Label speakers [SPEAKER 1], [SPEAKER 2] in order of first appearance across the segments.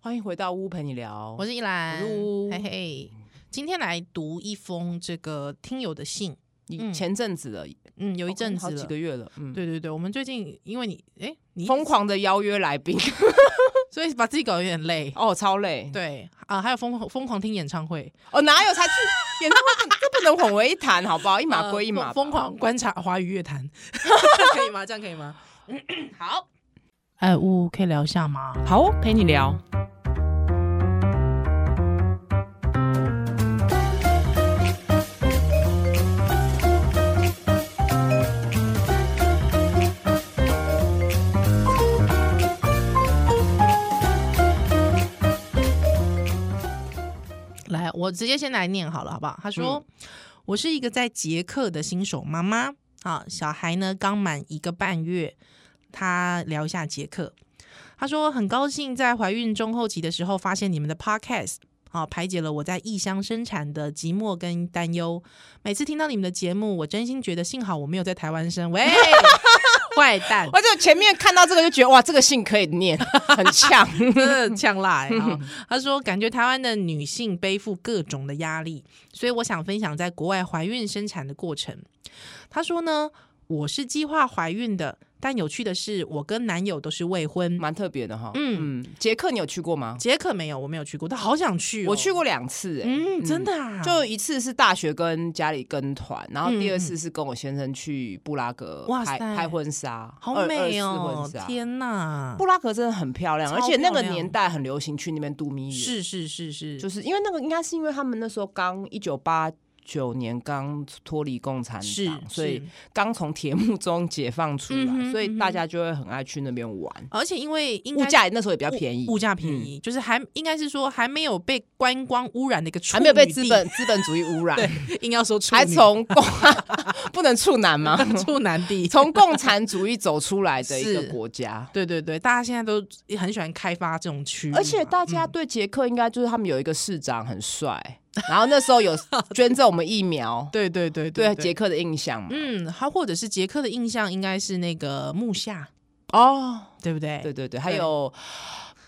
[SPEAKER 1] 欢迎回到屋陪你聊，
[SPEAKER 2] 我是依兰
[SPEAKER 1] 我是乌，
[SPEAKER 2] 嘿嘿，今天来读一封这个听友的信，
[SPEAKER 1] 你
[SPEAKER 2] 嗯
[SPEAKER 1] 前阵子了，
[SPEAKER 2] 嗯，有一阵子
[SPEAKER 1] 哦好
[SPEAKER 2] 了，
[SPEAKER 1] 几个月了，嗯，
[SPEAKER 2] 对对对，我们最近因为你，哎，你
[SPEAKER 1] 疯，狂的邀约来宾，
[SPEAKER 2] 所以把自己搞得有点累。
[SPEAKER 1] 哦，超累，
[SPEAKER 2] 对啊、还有疯疯狂听演唱会，
[SPEAKER 1] 哦，哪有才去演唱会不，这不能混为一谈，好不好？一码归一码吧，
[SPEAKER 2] 呃疯疯狂观察华语 乐坛，可以吗？这样可以吗？好，哎，呜，可以聊一下吗？
[SPEAKER 1] 好陪你聊。
[SPEAKER 2] 来，我直接先来念好了，好不好？他说：“我是一个在捷克的新手妈妈，啊，小孩呢刚满一个半月。他聊一下捷克。他说很高兴在怀孕中后期的时候发现你们的 podcast。”啊，排解了我在异乡生产的寂寞跟担忧。每次听到你们的节目，我真心觉得幸好我没有在台湾生。喂，坏蛋，
[SPEAKER 1] 哦我就前面看到这个就觉得哇，这个信可以念， 很呛。
[SPEAKER 2] 真的 呛 辣、欸啊他说，感觉台湾的女性背负各种的压力，所以我想分享在国外怀孕生产的过程。他说呢，我是计划怀孕的，但有趣的是，我跟男友都是未婚。
[SPEAKER 1] 蛮特别的哈。
[SPEAKER 2] 嗯
[SPEAKER 1] 嗯，捷克你有去过吗？
[SPEAKER 2] 捷克没有，我没有去过，但好想去、哦
[SPEAKER 1] 我去，过哦两次、欸，
[SPEAKER 2] 嗯，真的啊，
[SPEAKER 1] 就一次是大学跟家里跟团，然后第
[SPEAKER 2] 嗯
[SPEAKER 1] 二
[SPEAKER 2] 嗯
[SPEAKER 1] 次是跟我先生去布拉格
[SPEAKER 2] 哇
[SPEAKER 1] 拍
[SPEAKER 2] 塞
[SPEAKER 1] 拍婚纱，
[SPEAKER 2] 好
[SPEAKER 1] 二
[SPEAKER 2] 美
[SPEAKER 1] 二四啊
[SPEAKER 2] 哦
[SPEAKER 1] 婚，纱。
[SPEAKER 2] 天哪，
[SPEAKER 1] 布拉格真的很漂亮，
[SPEAKER 2] 超
[SPEAKER 1] 而且那个
[SPEAKER 2] 漂亮
[SPEAKER 1] 年代很流行去那边度蜜月，
[SPEAKER 2] 是是是是，
[SPEAKER 1] 就是因为那个应该是因为他们那时候刚一九八九年刚脱离共产
[SPEAKER 2] 是
[SPEAKER 1] 党，，所以
[SPEAKER 2] 是
[SPEAKER 1] 刚从铁幕中解放出来，
[SPEAKER 2] 嗯哼
[SPEAKER 1] 所
[SPEAKER 2] 嗯
[SPEAKER 1] 以
[SPEAKER 2] 哼
[SPEAKER 1] 大家就会很爱去那边玩。
[SPEAKER 2] 而且因为应
[SPEAKER 1] 物
[SPEAKER 2] 该
[SPEAKER 1] 价也那时候也比较便宜，嗯
[SPEAKER 2] 物价便宜，就是还应该是说还没有被观光污染的一个处
[SPEAKER 1] 还没有被
[SPEAKER 2] 女
[SPEAKER 1] 资
[SPEAKER 2] 地
[SPEAKER 1] 本资本主义 污染，
[SPEAKER 2] 硬要说处
[SPEAKER 1] 还
[SPEAKER 2] 女
[SPEAKER 1] 从共 不能处男吗？
[SPEAKER 2] 处男地。
[SPEAKER 1] 从共产主义走出来的一个
[SPEAKER 2] 是
[SPEAKER 1] 国家。
[SPEAKER 2] 对对对，大家现在都很喜欢开发这种区域嘛，
[SPEAKER 1] 而且大
[SPEAKER 2] 嗯
[SPEAKER 1] 家对捷克应该就是他们有一个市长很帅，然后那时候有 捐赠我们疫苗，
[SPEAKER 2] 对对对
[SPEAKER 1] 对捷
[SPEAKER 2] 对，
[SPEAKER 1] 克的印象嘛。
[SPEAKER 2] 嗯，还或者是捷克的印象应该是那个木下，
[SPEAKER 1] 哦，
[SPEAKER 2] 对不对？
[SPEAKER 1] 对对对，还有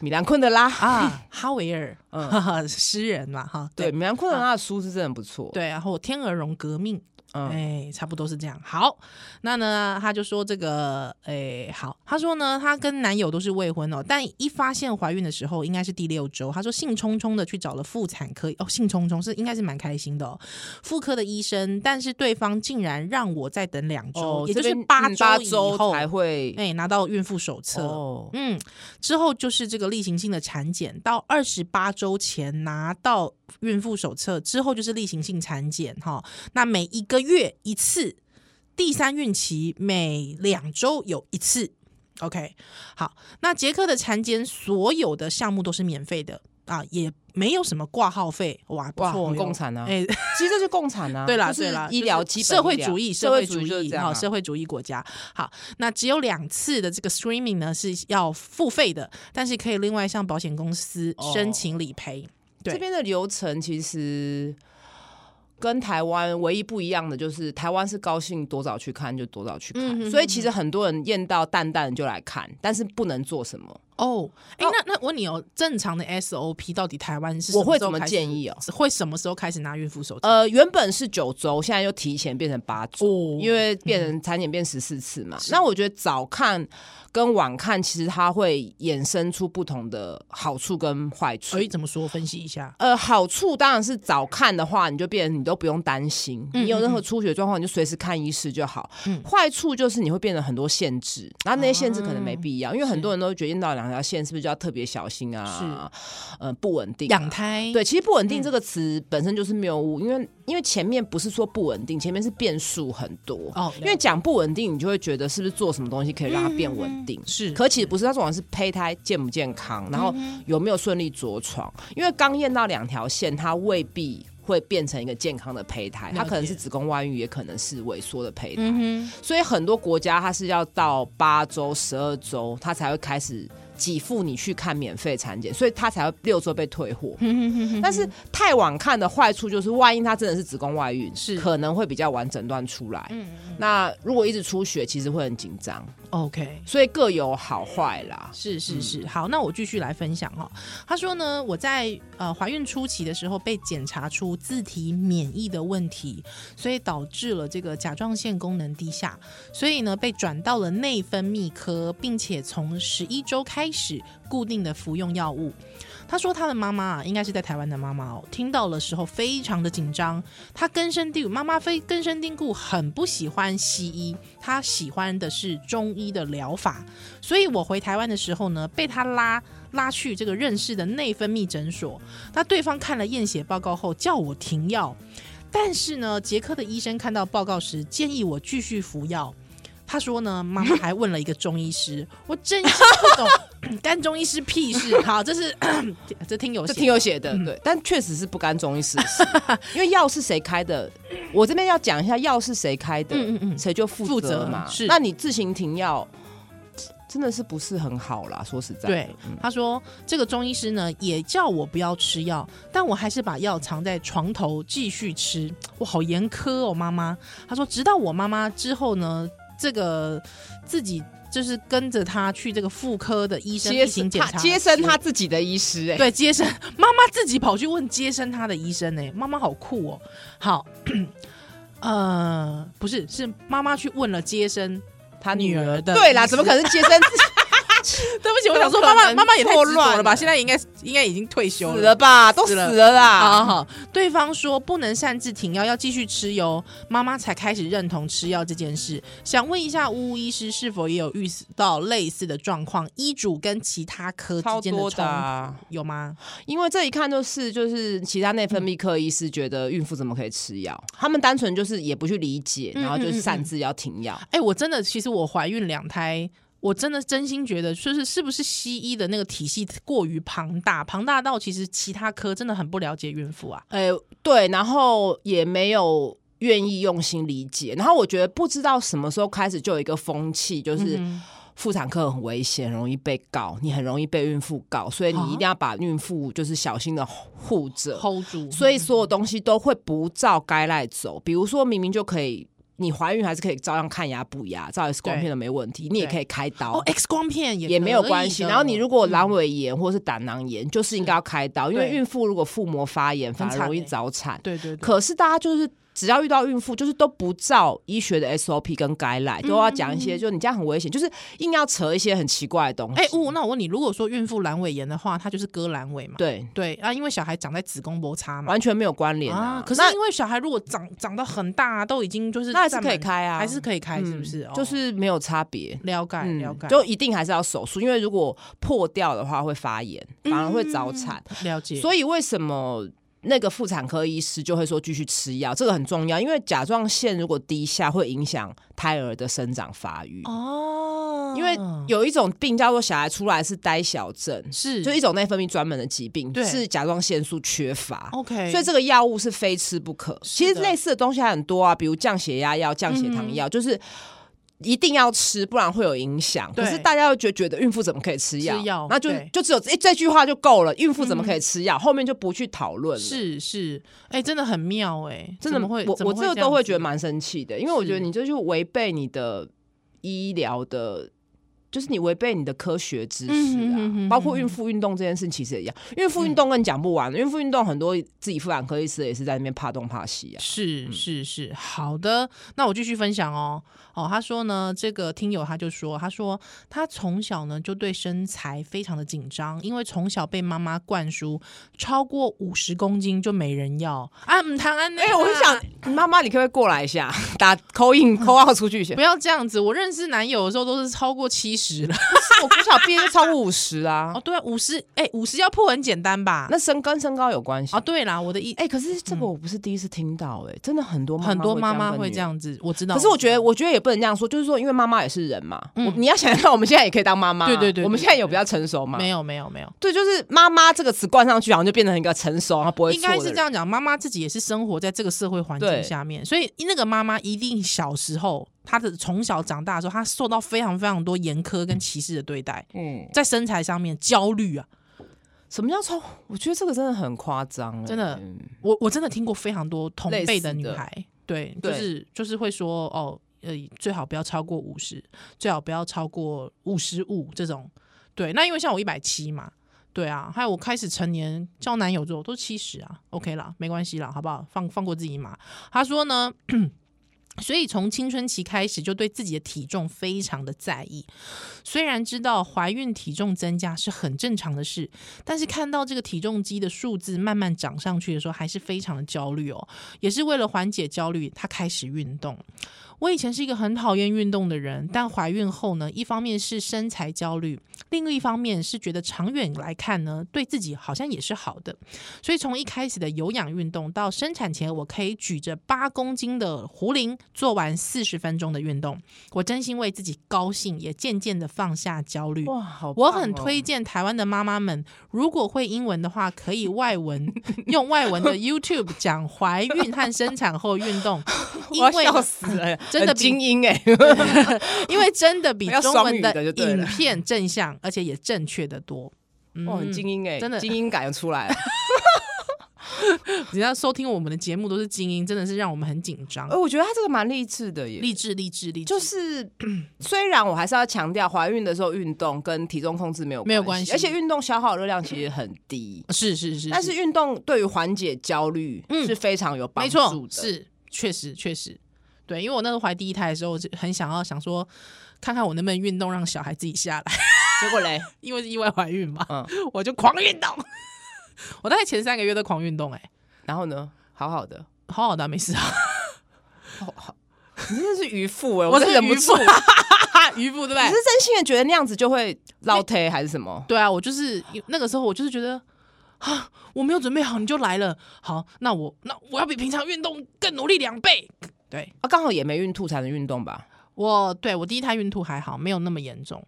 [SPEAKER 1] 米兰昆德拉，
[SPEAKER 2] 啊，哈维尔，
[SPEAKER 1] 嗯
[SPEAKER 2] 哈哈，诗人嘛，哈，
[SPEAKER 1] 对，米兰昆德拉的书是真的不错。
[SPEAKER 2] 啊对，然后天鹅绒革命，
[SPEAKER 1] 嗯，
[SPEAKER 2] 哎，差不多是这样。好，那呢，他就说这个，哎，好，他说呢，她跟男友都是未婚哦，但一发现怀孕的时候，应该是第六周，他说兴冲冲的去找了妇产科，哦，兴冲冲是应该是蛮开心的哦，妇科的医生，但是对方竟然让我再等两周，也就
[SPEAKER 1] 这
[SPEAKER 2] 是
[SPEAKER 1] 边
[SPEAKER 2] 八
[SPEAKER 1] 嗯八
[SPEAKER 2] 以后，
[SPEAKER 1] 才会
[SPEAKER 2] 哎，拿到孕妇手册。
[SPEAKER 1] 哦，
[SPEAKER 2] 嗯，之后就是这个例行性的产检，到二十八周前拿到孕妇手册之后就是例行性产检哈。那每一个月一次，第三孕期每两周有一次。OK，好，那捷克的产检所有的项目都是免费的啊，也没有什么挂号费，哇，不
[SPEAKER 1] 哇，
[SPEAKER 2] 错
[SPEAKER 1] 很
[SPEAKER 2] 哟，
[SPEAKER 1] 共产啊，
[SPEAKER 2] 哎、
[SPEAKER 1] 其实这就是共产啊，
[SPEAKER 2] 对啦，
[SPEAKER 1] 就是
[SPEAKER 2] 对啦，
[SPEAKER 1] 医
[SPEAKER 2] 就
[SPEAKER 1] 疗
[SPEAKER 2] 是
[SPEAKER 1] 基本
[SPEAKER 2] 社会
[SPEAKER 1] 医疗
[SPEAKER 2] 主义，
[SPEAKER 1] 社
[SPEAKER 2] 会
[SPEAKER 1] 会
[SPEAKER 2] 主
[SPEAKER 1] 主义就是
[SPEAKER 2] 义
[SPEAKER 1] 这样
[SPEAKER 2] 好，
[SPEAKER 1] 啊
[SPEAKER 2] 社会主义国家。好，那只有两次的这个 streaming 呢是要付费的，但是可以另外向保险公司
[SPEAKER 1] 哦
[SPEAKER 2] 申请理赔。对
[SPEAKER 1] 这边的流程其实跟台湾唯一不一样的就是，台湾是高兴多早去看就多早去看，
[SPEAKER 2] 嗯哼
[SPEAKER 1] 所以其实很多人验到蛋蛋就来看，但是不能做什么。
[SPEAKER 2] 哦，哎、
[SPEAKER 1] 哦
[SPEAKER 2] 那那我问你哦，正常的 SOP 到底台湾是
[SPEAKER 1] 我会
[SPEAKER 2] 什
[SPEAKER 1] 怎么
[SPEAKER 2] 么时候开始
[SPEAKER 1] 建议哦？
[SPEAKER 2] 会什么时候开始拿孕妇手册？
[SPEAKER 1] 呃，原本是九周，现在又提前变成八周，
[SPEAKER 2] 哦嗯
[SPEAKER 1] 因为变成产检变十四次嘛。那我觉得早看跟晚看，其实它会衍生出不同的好处跟坏处
[SPEAKER 2] 所。以怎么说？分析一下。
[SPEAKER 1] 呃，好处当然是早看的话，你就变成你都不用担心，
[SPEAKER 2] 嗯
[SPEAKER 1] 你有任何出血状况你就随时看医师就好。坏处就是你会变得很多限制，然后那些限制可
[SPEAKER 2] 啊
[SPEAKER 1] 能没必要，因为很多人都觉得验到两条线是不是就要特别小心啊？呃，不稳定、
[SPEAKER 2] 养。胎
[SPEAKER 1] 对，其实不稳定这个词本身就是谬误，因为因为前面不是说不稳定，前面是变数很多。
[SPEAKER 2] 哦，
[SPEAKER 1] 因为讲不稳定，你就会觉得是不是做什么东西可以让它变稳定？
[SPEAKER 2] 是嗯
[SPEAKER 1] 可其实不是，它重要是胚胎健不健康，然后有没有顺利着床。因为刚验到两条线，它未必会变成一个健康的胚胎，它
[SPEAKER 2] 了
[SPEAKER 1] 可能是
[SPEAKER 2] 解
[SPEAKER 1] 子宫外孕，也可能是萎缩的胚胎。
[SPEAKER 2] 嗯
[SPEAKER 1] 所以很多国家它是要到八周、十二周，它才会开始给付你去看免费产检，所以它才会六周被退货。
[SPEAKER 2] 哼，
[SPEAKER 1] 但是太晚看的坏处就是，万一他真的是子宫外孕，
[SPEAKER 2] 是
[SPEAKER 1] 可能会比较晚诊断出来。
[SPEAKER 2] 嗯
[SPEAKER 1] 那如果一直出血，其实会很紧张。
[SPEAKER 2] OK，
[SPEAKER 1] 所以各有好坏啦。
[SPEAKER 2] 是是是，好，那我继续来分享哈、哦。他说呢，我在呃怀孕初期的时候被检查出自体免疫的问题，所以导致了这个甲状腺功能低下，所以呢被转到了内分泌科，并且从十一周开始固定的服用药物。他说他的妈妈啊，应该是在台湾的妈妈哦，听到的时候非常的紧张，他根深蒂固，妈妈非根深蒂固，很不喜欢西医，她喜欢的是中医的疗法。所以我回台湾的时候呢，被他拉拉去这个认识的内分泌诊所，那对方看了验血报告后叫我停药，但是呢，杰克的医生看到报告时建议我继续服药。他说呢，妈妈还问了一个中医 师，我真心不懂干中医师屁事。好，这是 这听友
[SPEAKER 1] 这
[SPEAKER 2] 写
[SPEAKER 1] 挺有写的，对，但确实是不干中医事 实，因为药是谁开的，我这边要讲一下药是谁开的，
[SPEAKER 2] 嗯嗯嗯
[SPEAKER 1] 谁就负责嘛。
[SPEAKER 2] 负责是
[SPEAKER 1] 那你自行停药，真的是不是很好啦？说实在的，嗯
[SPEAKER 2] 对，他说这个中医师呢也叫我不要吃药，但我还是把药藏在床头继续吃。我好严苛哦，妈妈。他说直到我妈妈之后呢，这个自己就是跟着他去这个妇科的医生
[SPEAKER 1] 接
[SPEAKER 2] 进行
[SPEAKER 1] 生
[SPEAKER 2] 检
[SPEAKER 1] 他
[SPEAKER 2] 查，
[SPEAKER 1] 接生他自己的医师、哎，
[SPEAKER 2] 对接生， 妈妈自己跑去问接生她的医生呢、妈妈好酷哦。好， 呃，不是，是妈妈去问了接生
[SPEAKER 1] 他
[SPEAKER 2] 女儿的医师。
[SPEAKER 1] 对啦，怎么可能是接 生自己？
[SPEAKER 2] 对不起，我想说
[SPEAKER 1] 怎么
[SPEAKER 2] 妈
[SPEAKER 1] 可
[SPEAKER 2] 妈
[SPEAKER 1] 能
[SPEAKER 2] 妈妈也太
[SPEAKER 1] 错
[SPEAKER 2] 执着了
[SPEAKER 1] 乱
[SPEAKER 2] 吧？
[SPEAKER 1] 了
[SPEAKER 2] 现在应该应该已经退休
[SPEAKER 1] 死了吧，都
[SPEAKER 2] 死
[SPEAKER 1] 死
[SPEAKER 2] 了
[SPEAKER 1] 了啦。
[SPEAKER 2] 啊！好，对方说不能擅自停药，要继续吃哟。妈妈才开始认同吃药这件事。想问一下呜呜医师，是否也有遇到类似的状况？医嘱跟其他科之
[SPEAKER 1] 超
[SPEAKER 2] 间
[SPEAKER 1] 多
[SPEAKER 2] 冲
[SPEAKER 1] 的
[SPEAKER 2] 突
[SPEAKER 1] 啊、
[SPEAKER 2] 有吗？
[SPEAKER 1] 因为这一看就是就是其他内分
[SPEAKER 2] 嗯
[SPEAKER 1] 泌科医师觉得孕妇怎么可以吃药，他们单纯就是也不去理解，
[SPEAKER 2] 嗯
[SPEAKER 1] 然后就
[SPEAKER 2] 嗯嗯
[SPEAKER 1] 擅自要停药。
[SPEAKER 2] 哎、我真的，其实我怀孕两胎。我真的真心觉得，就是是不是西医的那个体系过于庞大，庞大到其实其他科真的很不了解孕妇啊。
[SPEAKER 1] 呃，对，然后也没有愿意用心理解。然后我觉得不知道什么时候开始就有一个风气，就是
[SPEAKER 2] 嗯
[SPEAKER 1] 妇产科很危险，容易被告，你很容易被孕妇告，所
[SPEAKER 2] 哦
[SPEAKER 1] 以你一定要把孕妇就是小心的护着。
[SPEAKER 2] ，hold 住。
[SPEAKER 1] 所以所有东西都会不照该来走。比如说明明就可以，你怀孕还是可以照样看牙补牙，照 X 光片都没问题，你也可以开
[SPEAKER 2] 哦
[SPEAKER 1] 刀。
[SPEAKER 2] ，X 光片也
[SPEAKER 1] 也没有
[SPEAKER 2] 可以
[SPEAKER 1] 关系，
[SPEAKER 2] 的哦
[SPEAKER 1] 然后你如果阑尾炎或是胆囊炎，就是应该要开刀，因为
[SPEAKER 2] 对
[SPEAKER 1] 孕妇如果腹膜发炎，反
[SPEAKER 2] 很
[SPEAKER 1] 而
[SPEAKER 2] 惨
[SPEAKER 1] 容易
[SPEAKER 2] 欸
[SPEAKER 1] 早产。
[SPEAKER 2] 对对对，
[SPEAKER 1] 可是大家就是只要遇到孕妇，就是都不照医学的 SOP 跟该
[SPEAKER 2] 嗯
[SPEAKER 1] 来，都要讲一些，就你这样很危险，就是硬要扯一些很奇怪的东西。
[SPEAKER 2] 哎、呜，那我问你，如果说孕妇阑尾炎的话，它就是割阑尾嘛？
[SPEAKER 1] 对，
[SPEAKER 2] 对啊，因为小孩长在子宫摩擦嘛。
[SPEAKER 1] 完全没有关联
[SPEAKER 2] 啊
[SPEAKER 1] 啊，。
[SPEAKER 2] 可是
[SPEAKER 1] 那
[SPEAKER 2] 因为小孩如果长长到很大、啊都已经就是
[SPEAKER 1] 那还是
[SPEAKER 2] 占
[SPEAKER 1] 可以
[SPEAKER 2] 满
[SPEAKER 1] 开啊
[SPEAKER 2] 还是可以开，是不
[SPEAKER 1] 嗯
[SPEAKER 2] 是？哦
[SPEAKER 1] 就是没有差别。
[SPEAKER 2] 了解
[SPEAKER 1] 嗯
[SPEAKER 2] 了解，
[SPEAKER 1] 就一定还是要手术，因为如果破掉的话会发炎，反而会早产。
[SPEAKER 2] 了解。
[SPEAKER 1] 所以为什么那个妇产科医师就会说继续吃药，这个很重要，因为甲状腺如果低下会影响胎儿的生长发育。
[SPEAKER 2] 哦，
[SPEAKER 1] 因为有一种病叫做小孩出来是呆小症，
[SPEAKER 2] 是
[SPEAKER 1] 就一种内分泌专门的疾病
[SPEAKER 2] 对，
[SPEAKER 1] 是甲状腺素缺乏。
[SPEAKER 2] OK，
[SPEAKER 1] 所以这个药物是非吃不可。其实
[SPEAKER 2] 的嗯
[SPEAKER 1] 类似的东西还很多啊，比如降血压药、降血糖药，就是一定要吃，不然会有影响。
[SPEAKER 2] 对
[SPEAKER 1] 可是大家又觉觉得孕妇怎么可以吃药
[SPEAKER 2] 吃药？
[SPEAKER 1] 那就
[SPEAKER 2] 对嗯
[SPEAKER 1] 就只有这这句话就够了，孕妇怎么可以吃药？后面就不去讨论了。
[SPEAKER 2] 是是，哎、真的很妙哎、
[SPEAKER 1] 真
[SPEAKER 2] 怎
[SPEAKER 1] 的
[SPEAKER 2] 么会？
[SPEAKER 1] 我
[SPEAKER 2] 怎么
[SPEAKER 1] 我这个
[SPEAKER 2] 样
[SPEAKER 1] 都会
[SPEAKER 2] 子
[SPEAKER 1] 觉得蛮生气的，因为我觉得你这就违背你的医疗的，就是你违背你的科学知识
[SPEAKER 2] 嗯哼
[SPEAKER 1] 啊，
[SPEAKER 2] 哼哼
[SPEAKER 1] 包括孕妇运动这件事，其实也一样。孕妇运动更讲不完，孕妇运动很多自己妇产科医师也是在那边怕东怕西啊。
[SPEAKER 2] 是是是，好的，那我继续分享哦。哦，他说呢，这个听友他就说，他说他从小呢就对身材非常的紧张，因为从小被妈妈灌输超过五十公斤就没人要啊。嗯，唐安，
[SPEAKER 1] 哎、我很想，你妈妈，你可不可以过来一下，打扣印扣号出去一下
[SPEAKER 2] 不？要这样子。我认识男友的时候都是超过七十了。
[SPEAKER 1] 不 是，我从小毕业就超过五十 啊
[SPEAKER 2] 哦，，对、啊，五十，哎，五十要破很简单吧？
[SPEAKER 1] 那身跟身高有关系。
[SPEAKER 2] 哦，对啦，我的意、
[SPEAKER 1] 哎、可是这个我不是第一次听到、哎、真的很多
[SPEAKER 2] 很多妈妈
[SPEAKER 1] 跟
[SPEAKER 2] 会
[SPEAKER 1] 女
[SPEAKER 2] 这样子，我知道。
[SPEAKER 1] 可是我
[SPEAKER 2] 知
[SPEAKER 1] 觉
[SPEAKER 2] 道
[SPEAKER 1] 得，我觉得也不能这样说，就是说，因为妈妈也是人嘛。
[SPEAKER 2] 嗯
[SPEAKER 1] 我你要想象我们现在也可以当妈妈啊，
[SPEAKER 2] 对对对对
[SPEAKER 1] 我们现在有比较成熟嘛？
[SPEAKER 2] 没有没有没有。
[SPEAKER 1] 对，就是妈妈这个词冠上去，好像就变成一个成熟，然后不会
[SPEAKER 2] 应
[SPEAKER 1] 错的
[SPEAKER 2] 该
[SPEAKER 1] 人
[SPEAKER 2] 是这。样讲，妈妈自己也是生活在这个社会环境
[SPEAKER 1] 对
[SPEAKER 2] 下面，所以那个妈妈一定小时候，她的从小长大的时候，她受到非常非常多严苛跟歧视的对待，
[SPEAKER 1] 嗯，
[SPEAKER 2] 在身材上面焦虑啊，
[SPEAKER 1] 什么叫超？我觉得这个真的很夸张、哎
[SPEAKER 2] 真的
[SPEAKER 1] 嗯
[SPEAKER 2] 我我真的听过非常多同辈的女
[SPEAKER 1] 类似的
[SPEAKER 2] 孩，对，就
[SPEAKER 1] 对
[SPEAKER 2] 是就是会说哦，呃，最好不要超过五十，最好不要超过五十五这种。对，那因为像我一百七嘛，对啊，还有我开始成年交男友之后都七十啊，OK 啦，没关系啦，好不好？放放过自己嘛。他说呢。 所以从青春期开始就对自己的体重非常的在意，虽然知道怀孕体重增加是很正常的事，但是看到这个体重机的数字慢慢涨上去的时候，还是非常的焦虑哦。也是为了缓解焦虑，她开始运动。我以前是一个很讨厌运动的人，但怀孕后呢，一方面是身材焦虑，另一方面是觉得长远来看呢，对自己好像也是好的。所以从一开始的有氧运动到生产前，我可以举着八公斤的壶铃做完四十分钟的运动，我真心为自己高兴，也渐渐的放下焦虑。
[SPEAKER 1] 哇，好、哦
[SPEAKER 2] 我很推，荐台湾的妈妈们，如果会英文的话，可以外文用外 文的 YouTube 讲怀孕和生产后运动，因
[SPEAKER 1] 我
[SPEAKER 2] 为
[SPEAKER 1] 要笑死了，
[SPEAKER 2] 真的
[SPEAKER 1] 很
[SPEAKER 2] 比
[SPEAKER 1] 精英哎、
[SPEAKER 2] 因为真的比
[SPEAKER 1] 要
[SPEAKER 2] 中
[SPEAKER 1] 双
[SPEAKER 2] 文
[SPEAKER 1] 语的就对了
[SPEAKER 2] 影片正向，而且也正确的多。嗯
[SPEAKER 1] 哇，很精英哎、
[SPEAKER 2] 真的
[SPEAKER 1] 精英感又出来 了。
[SPEAKER 2] 人家收听我们的节目都是精英，真的是让我们很紧张
[SPEAKER 1] 哎、。我觉得他这个蛮励志的耶。
[SPEAKER 2] 励志，励志，励志，
[SPEAKER 1] 就是 虽然我还是要强调，怀孕的时候运动跟体重控制没有
[SPEAKER 2] 没有关
[SPEAKER 1] 关
[SPEAKER 2] 系
[SPEAKER 1] 而且运动消耗热量其实很低。
[SPEAKER 2] 是是是，
[SPEAKER 1] 但是运动对于缓解焦虑
[SPEAKER 2] 嗯
[SPEAKER 1] 是非常有帮
[SPEAKER 2] 没
[SPEAKER 1] 助的，
[SPEAKER 2] 错，是确实确实，对，因为我那时候怀第一胎的时候，我就很想要想说，看看我能不能运动让小孩自己下来，
[SPEAKER 1] 结果嘞，
[SPEAKER 2] 因为是意外怀孕嘛，
[SPEAKER 1] 嗯
[SPEAKER 2] 我就狂运动， 我大概前三个月都狂运动、哎，
[SPEAKER 1] 然后呢，好好的，
[SPEAKER 2] 好好的啊、没事啊，
[SPEAKER 1] 好好，你真的是渔夫哎、
[SPEAKER 2] 我
[SPEAKER 1] 真
[SPEAKER 2] 是
[SPEAKER 1] 的忍不
[SPEAKER 2] 渔
[SPEAKER 1] 住。
[SPEAKER 2] 夫
[SPEAKER 1] 你
[SPEAKER 2] 哈，啊渔夫对不对
[SPEAKER 1] 是？真心的觉得那样子就会落推还是什么？
[SPEAKER 2] 对欸啊，我就是那个时候，我就是觉得。啊！我没有准备好，你就来了。好，那我那我要比平常运动更努力两倍。对
[SPEAKER 1] 啊，刚好也没孕吐才能运动吧？
[SPEAKER 2] 我，对我第一胎孕吐还好，没有那么严重。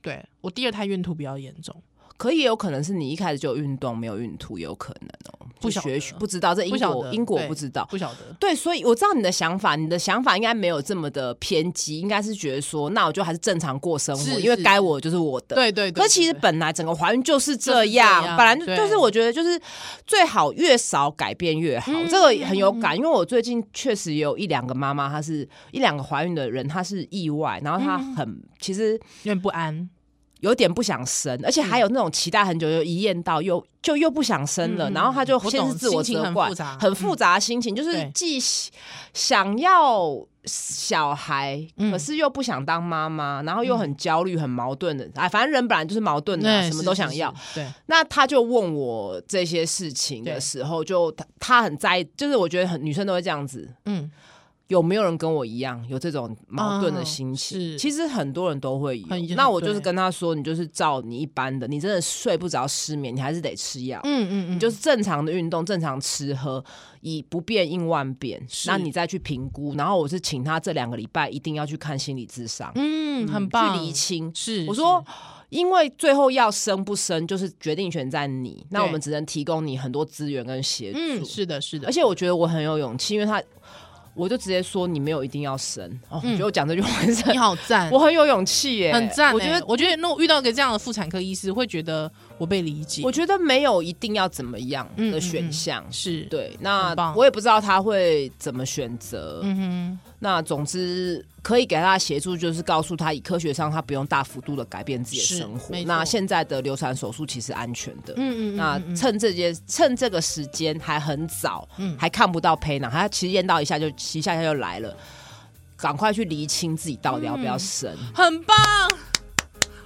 [SPEAKER 2] 对我第二胎孕吐比较严重。
[SPEAKER 1] 可以也有可能是你一开始就有运动没有孕吐，也有可能哦、
[SPEAKER 2] 不
[SPEAKER 1] 就
[SPEAKER 2] 晓
[SPEAKER 1] 学
[SPEAKER 2] 得
[SPEAKER 1] 学不知道这
[SPEAKER 2] 不
[SPEAKER 1] 英
[SPEAKER 2] 晓
[SPEAKER 1] 国
[SPEAKER 2] 得
[SPEAKER 1] 英国
[SPEAKER 2] 对
[SPEAKER 1] 不知道。
[SPEAKER 2] 不晓得。
[SPEAKER 1] 对，所以我知道你的想法，你的想法应该没有这么的偏激，应该是觉得说，那我就还是正常过生活，
[SPEAKER 2] 是
[SPEAKER 1] 因为
[SPEAKER 2] 是
[SPEAKER 1] 该我就是我的。
[SPEAKER 2] 对对对，
[SPEAKER 1] 可其实
[SPEAKER 2] 对
[SPEAKER 1] 本来整个怀孕就是
[SPEAKER 2] 就
[SPEAKER 1] 这
[SPEAKER 2] 是这
[SPEAKER 1] 样，
[SPEAKER 2] 样
[SPEAKER 1] 本来就
[SPEAKER 2] 对
[SPEAKER 1] 就是我觉得就是最好越少改变越好，
[SPEAKER 2] 嗯
[SPEAKER 1] 这个也很有感，因为我最近确实也有一两个妈妈，她是一两个怀孕的人，她是意外，然后她
[SPEAKER 2] 嗯
[SPEAKER 1] 很、其实
[SPEAKER 2] 有点不安，
[SPEAKER 1] 有点不想生，
[SPEAKER 2] 嗯
[SPEAKER 1] 而且还有那种期待很久又一验到又就又不想生了，
[SPEAKER 2] 嗯嗯
[SPEAKER 1] 然后他就
[SPEAKER 2] 我
[SPEAKER 1] 先
[SPEAKER 2] 懂
[SPEAKER 1] 是自我
[SPEAKER 2] 心情
[SPEAKER 1] 责
[SPEAKER 2] 很
[SPEAKER 1] 怪
[SPEAKER 2] 复，杂嗯
[SPEAKER 1] 很复杂的心情，就是
[SPEAKER 2] 对
[SPEAKER 1] 既喜想要小孩，
[SPEAKER 2] 嗯
[SPEAKER 1] 可是又不想当妈妈，然后又很焦虑、很矛盾的，哎，反正人本来就是矛盾的啊，
[SPEAKER 2] 嗯对
[SPEAKER 1] 什么都想要。，
[SPEAKER 2] 是是是对，
[SPEAKER 1] 那他就问我这些事情的
[SPEAKER 2] 对
[SPEAKER 1] 时候，就他他很在意，就是我觉得很女生都会这样子，
[SPEAKER 2] 嗯，
[SPEAKER 1] 有没有人跟我一样有这种矛盾的心
[SPEAKER 2] 嗯
[SPEAKER 1] 情？
[SPEAKER 2] 是
[SPEAKER 1] 其实很多人都会有
[SPEAKER 2] 很。
[SPEAKER 1] 那我就是
[SPEAKER 2] 对
[SPEAKER 1] 跟他说，你就是照你一般的，你真的睡不着、失眠，你还是得吃药。
[SPEAKER 2] 嗯嗯嗯，
[SPEAKER 1] 你就是正常的运动，正常吃喝，以不变应万变。
[SPEAKER 2] 是
[SPEAKER 1] 那你再去评估，然后我是请他这两个礼拜一定要去看心理智商，
[SPEAKER 2] 嗯，很棒，
[SPEAKER 1] 去厘清。
[SPEAKER 2] 是
[SPEAKER 1] 我说，因为最后要生不生，就是决定权在你。那
[SPEAKER 2] 对
[SPEAKER 1] 我们只能提供你很多资源跟协
[SPEAKER 2] 是
[SPEAKER 1] 助。
[SPEAKER 2] 嗯，是的，是的，
[SPEAKER 1] 而且我觉得我很有勇气，因为他，我就直接说你没有一定要生哦。我觉得我讲这句 话是
[SPEAKER 2] 嗯你好赞，
[SPEAKER 1] 我很有勇气耶，
[SPEAKER 2] 很赞欸，
[SPEAKER 1] 我觉得，
[SPEAKER 2] 我觉得如果遇到一个这样的妇产科医师，会觉得我被理解，
[SPEAKER 1] 我觉得没有一定要怎么样的选项。
[SPEAKER 2] 嗯是，
[SPEAKER 1] 对，
[SPEAKER 2] 很
[SPEAKER 1] 那
[SPEAKER 2] 棒
[SPEAKER 1] 我也不知道他会怎么选择。
[SPEAKER 2] 嗯
[SPEAKER 1] 那总之可以给他的协助，就是告诉他，以科学上他不用大幅度的改变自己
[SPEAKER 2] 是
[SPEAKER 1] 的生活
[SPEAKER 2] 没。错
[SPEAKER 1] 那现在的流产手术其实安全的。
[SPEAKER 2] 哼，嗯嗯嗯，
[SPEAKER 1] 那
[SPEAKER 2] 嗯嗯
[SPEAKER 1] 趁这些趁这个时间还很早，
[SPEAKER 2] 嗯
[SPEAKER 1] 还看不到胚囊，他其实验到一下就其实一下下就来了，赶快去厘清自己到底要不要生。
[SPEAKER 2] 很棒，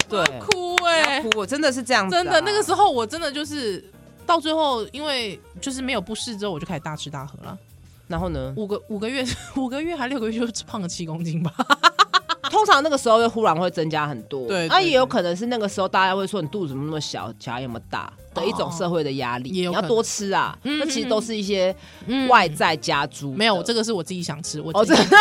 [SPEAKER 1] 对，
[SPEAKER 2] 哭
[SPEAKER 1] 不
[SPEAKER 2] 哎
[SPEAKER 1] 要，哭，我真的是这样子啊、
[SPEAKER 2] 真的，那个时候我真的就是。到最后，因为就是没有不适之后，我就开始大吃大喝了。
[SPEAKER 1] 然后呢？
[SPEAKER 2] 五个五个月， 五个月还六个月就胖了七公斤吧。
[SPEAKER 1] 通常那个时候又忽然会增加很多，啊
[SPEAKER 2] 对对
[SPEAKER 1] 那也有可能是那个时候大家会说你肚子怎么那么小，小孩有没有大的一种社会的压力，
[SPEAKER 2] 哦
[SPEAKER 1] 你
[SPEAKER 2] 也有可
[SPEAKER 1] 要
[SPEAKER 2] 能
[SPEAKER 1] 多吃啊，
[SPEAKER 2] 嗯
[SPEAKER 1] 那其实都是一些
[SPEAKER 2] 嗯
[SPEAKER 1] 外在加诸、
[SPEAKER 2] 没有，这
[SPEAKER 1] 个
[SPEAKER 2] 个是我自己想吃，我
[SPEAKER 1] 哦，
[SPEAKER 2] 自
[SPEAKER 1] 这
[SPEAKER 2] 己